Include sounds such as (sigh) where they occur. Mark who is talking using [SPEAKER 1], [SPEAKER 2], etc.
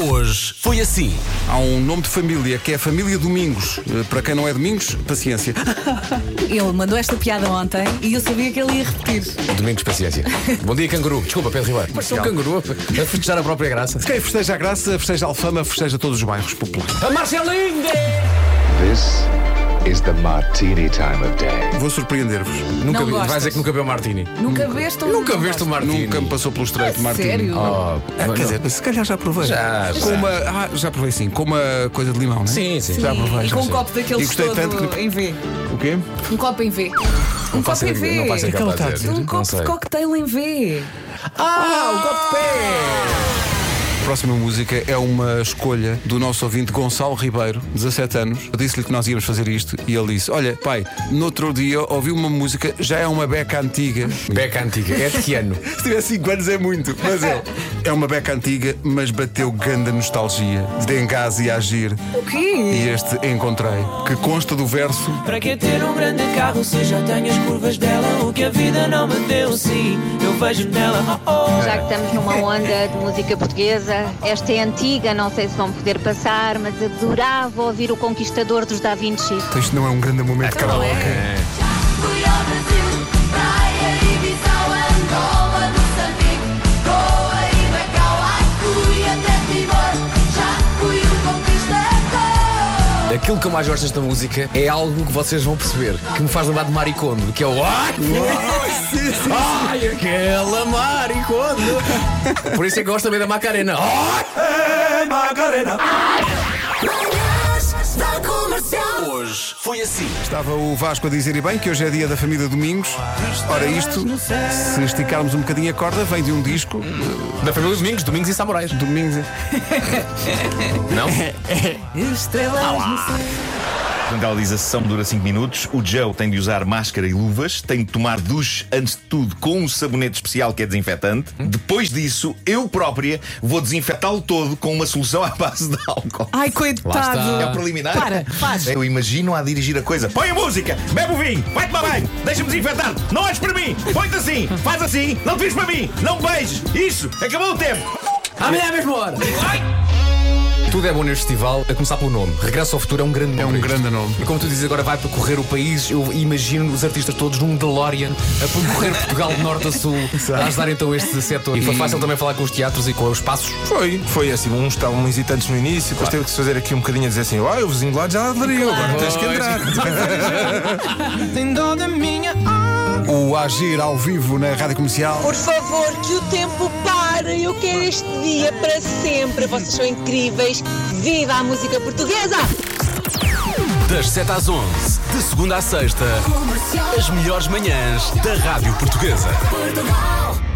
[SPEAKER 1] hoje foi assim. Há um nome de família que é a família Domingos. Eh, Para quem não é Domingos, paciência.
[SPEAKER 2] Ele mandou esta piada ontem e eu sabia que ele ia repetir.
[SPEAKER 3] Domingos, paciência. Bom dia, canguru. Desculpa, Pedro Ribeiro. Mas um canguru a festejar a própria graça.
[SPEAKER 1] Quem festeja a graça, festeja a Alfama, festeja todos os bairros populares.
[SPEAKER 3] A Marcelinde!
[SPEAKER 4] This is the martini time of day.
[SPEAKER 1] Vou surpreender-vos.
[SPEAKER 3] Nunca
[SPEAKER 2] Não
[SPEAKER 3] vi-
[SPEAKER 2] gostas.
[SPEAKER 3] Vais dizer que nunca bebeu Martini.
[SPEAKER 2] Nunca veste um
[SPEAKER 3] Nunca veste o Martini.
[SPEAKER 1] Nunca me passou pelo estreito, Martim.
[SPEAKER 2] É Sério?
[SPEAKER 3] Oh,
[SPEAKER 1] Ah,
[SPEAKER 3] não.
[SPEAKER 1] quer dizer, se calhar já provei.
[SPEAKER 3] Já,
[SPEAKER 1] Com
[SPEAKER 3] já.
[SPEAKER 1] uma, ah, já provei sim, com uma coisa de limão, não é?
[SPEAKER 3] Sim, sim.
[SPEAKER 2] Sim,
[SPEAKER 1] já provei,
[SPEAKER 2] e
[SPEAKER 1] já
[SPEAKER 2] com um
[SPEAKER 1] sei.
[SPEAKER 2] copo
[SPEAKER 1] E
[SPEAKER 2] daqueles
[SPEAKER 1] gostei
[SPEAKER 2] todo
[SPEAKER 1] tanto que-
[SPEAKER 2] em V.
[SPEAKER 1] O quê?
[SPEAKER 2] Um copo em V. Um copo em V.
[SPEAKER 3] Não vai ser
[SPEAKER 1] que ela
[SPEAKER 3] capaz
[SPEAKER 1] está a
[SPEAKER 3] de dizer.
[SPEAKER 2] Um
[SPEAKER 3] Não
[SPEAKER 2] copo
[SPEAKER 3] sei.
[SPEAKER 2] de cocktail em V.
[SPEAKER 3] Ah, um copo de pé!
[SPEAKER 1] A próxima música é uma escolha do nosso ouvinte Gonçalo Ribeiro, 17 anos. Eu disse-lhe que nós íamos fazer isto e ele disse: Olha, pai, no outro dia ouvi uma música, já é uma beca antiga.
[SPEAKER 3] Beca antiga, é de que ano?
[SPEAKER 1] (laughs) Se tiver 5 anos é muito, mas é. É uma beca antiga, mas bateu ganda nostalgia. De Engás e agir.
[SPEAKER 2] O quê?
[SPEAKER 1] E este encontrei, que consta do verso.
[SPEAKER 5] Para que ter um grande carro se já tenho as curvas dela? O que a vida não me deu, sim, eu vejo nela. Oh, oh.
[SPEAKER 6] Já que estamos numa onda de música portuguesa, esta é antiga, não sei se vão poder passar, mas adorava ouvir o Conquistador dos Da Vinci.
[SPEAKER 1] Então Isto não é um grande momento de
[SPEAKER 2] Não
[SPEAKER 1] karaoke.
[SPEAKER 2] é?
[SPEAKER 7] Fui ao Brasil, praia, Ibiza, Angola, Moçambique, Goa e Macau, ai fui até Timor, já fui o conquistador.
[SPEAKER 3] Aquilo que eu mais gosto desta música é algo que vocês vão perceber, que me faz lembrar de Maricondo, que é o. Ai, Ai, aquela Maricondo! Por isso é que gosto também da Macarena. Oh! Ai!
[SPEAKER 7] Manhãs da comercial.
[SPEAKER 1] Estava o Vasco a dizer, e bem, que hoje é dia da família Domingos. Ora, isto, se esticarmos um bocadinho a corda, vem de um disco.
[SPEAKER 3] Da família Domingos, Domingos e Samurais.
[SPEAKER 1] Domingos.
[SPEAKER 3] Não?
[SPEAKER 2] Estrelas no céu.
[SPEAKER 8] Quando ela diz a sessão dura 5 minutos, o Joe tem de usar máscara e luvas, tem de tomar duche antes de tudo com um sabonete especial que é desinfetante.
[SPEAKER 3] Hum?
[SPEAKER 8] Depois disso, eu própria vou desinfetá-lo todo com uma solução à base de álcool.
[SPEAKER 3] Ah,
[SPEAKER 2] Ai,
[SPEAKER 8] É
[SPEAKER 2] coitado.
[SPEAKER 8] o preliminar?
[SPEAKER 2] Para, faz.
[SPEAKER 8] Eu imagino a dirigir a coisa. Põe a música, bebe o vinho, vai tomar banho, deixa-me desinfetar, não olhes para mim, põe-te assim, faz assim, não te vires para mim, não me beijes, isso, acabou o tempo.
[SPEAKER 3] Amanhã à mesma hora! Tudo é bom neste festival, a começar pelo nome. Regresso ao Futuro é um grande nome.
[SPEAKER 1] É um
[SPEAKER 3] para isto.
[SPEAKER 1] grande nome.
[SPEAKER 3] E como tu dizes, agora vai percorrer o país. Eu imagino os artistas todos num DeLorean a percorrer Portugal de norte a sul, a ajudar então este setor. E foi fácil também falar com os teatros e com os espaços.
[SPEAKER 9] Foi, foi assim, uns estavam hesitantes no início, depois teve que se fazer aqui um bocadinho a dizer assim, olha, o vizinho de lá já aderiu, agora tens que entrar.
[SPEAKER 5] Tem dó da minha
[SPEAKER 1] O Agir ao vivo na Rádio Comercial.
[SPEAKER 10] Por favor, que o tempo pare. Eu quero este dia para sempre. Vocês são incríveis. Viva a música portuguesa!
[SPEAKER 11] Das 7 às 11, de segunda à sexta, as melhores manhãs da Rádio Portuguesa.
[SPEAKER 7] Portugal.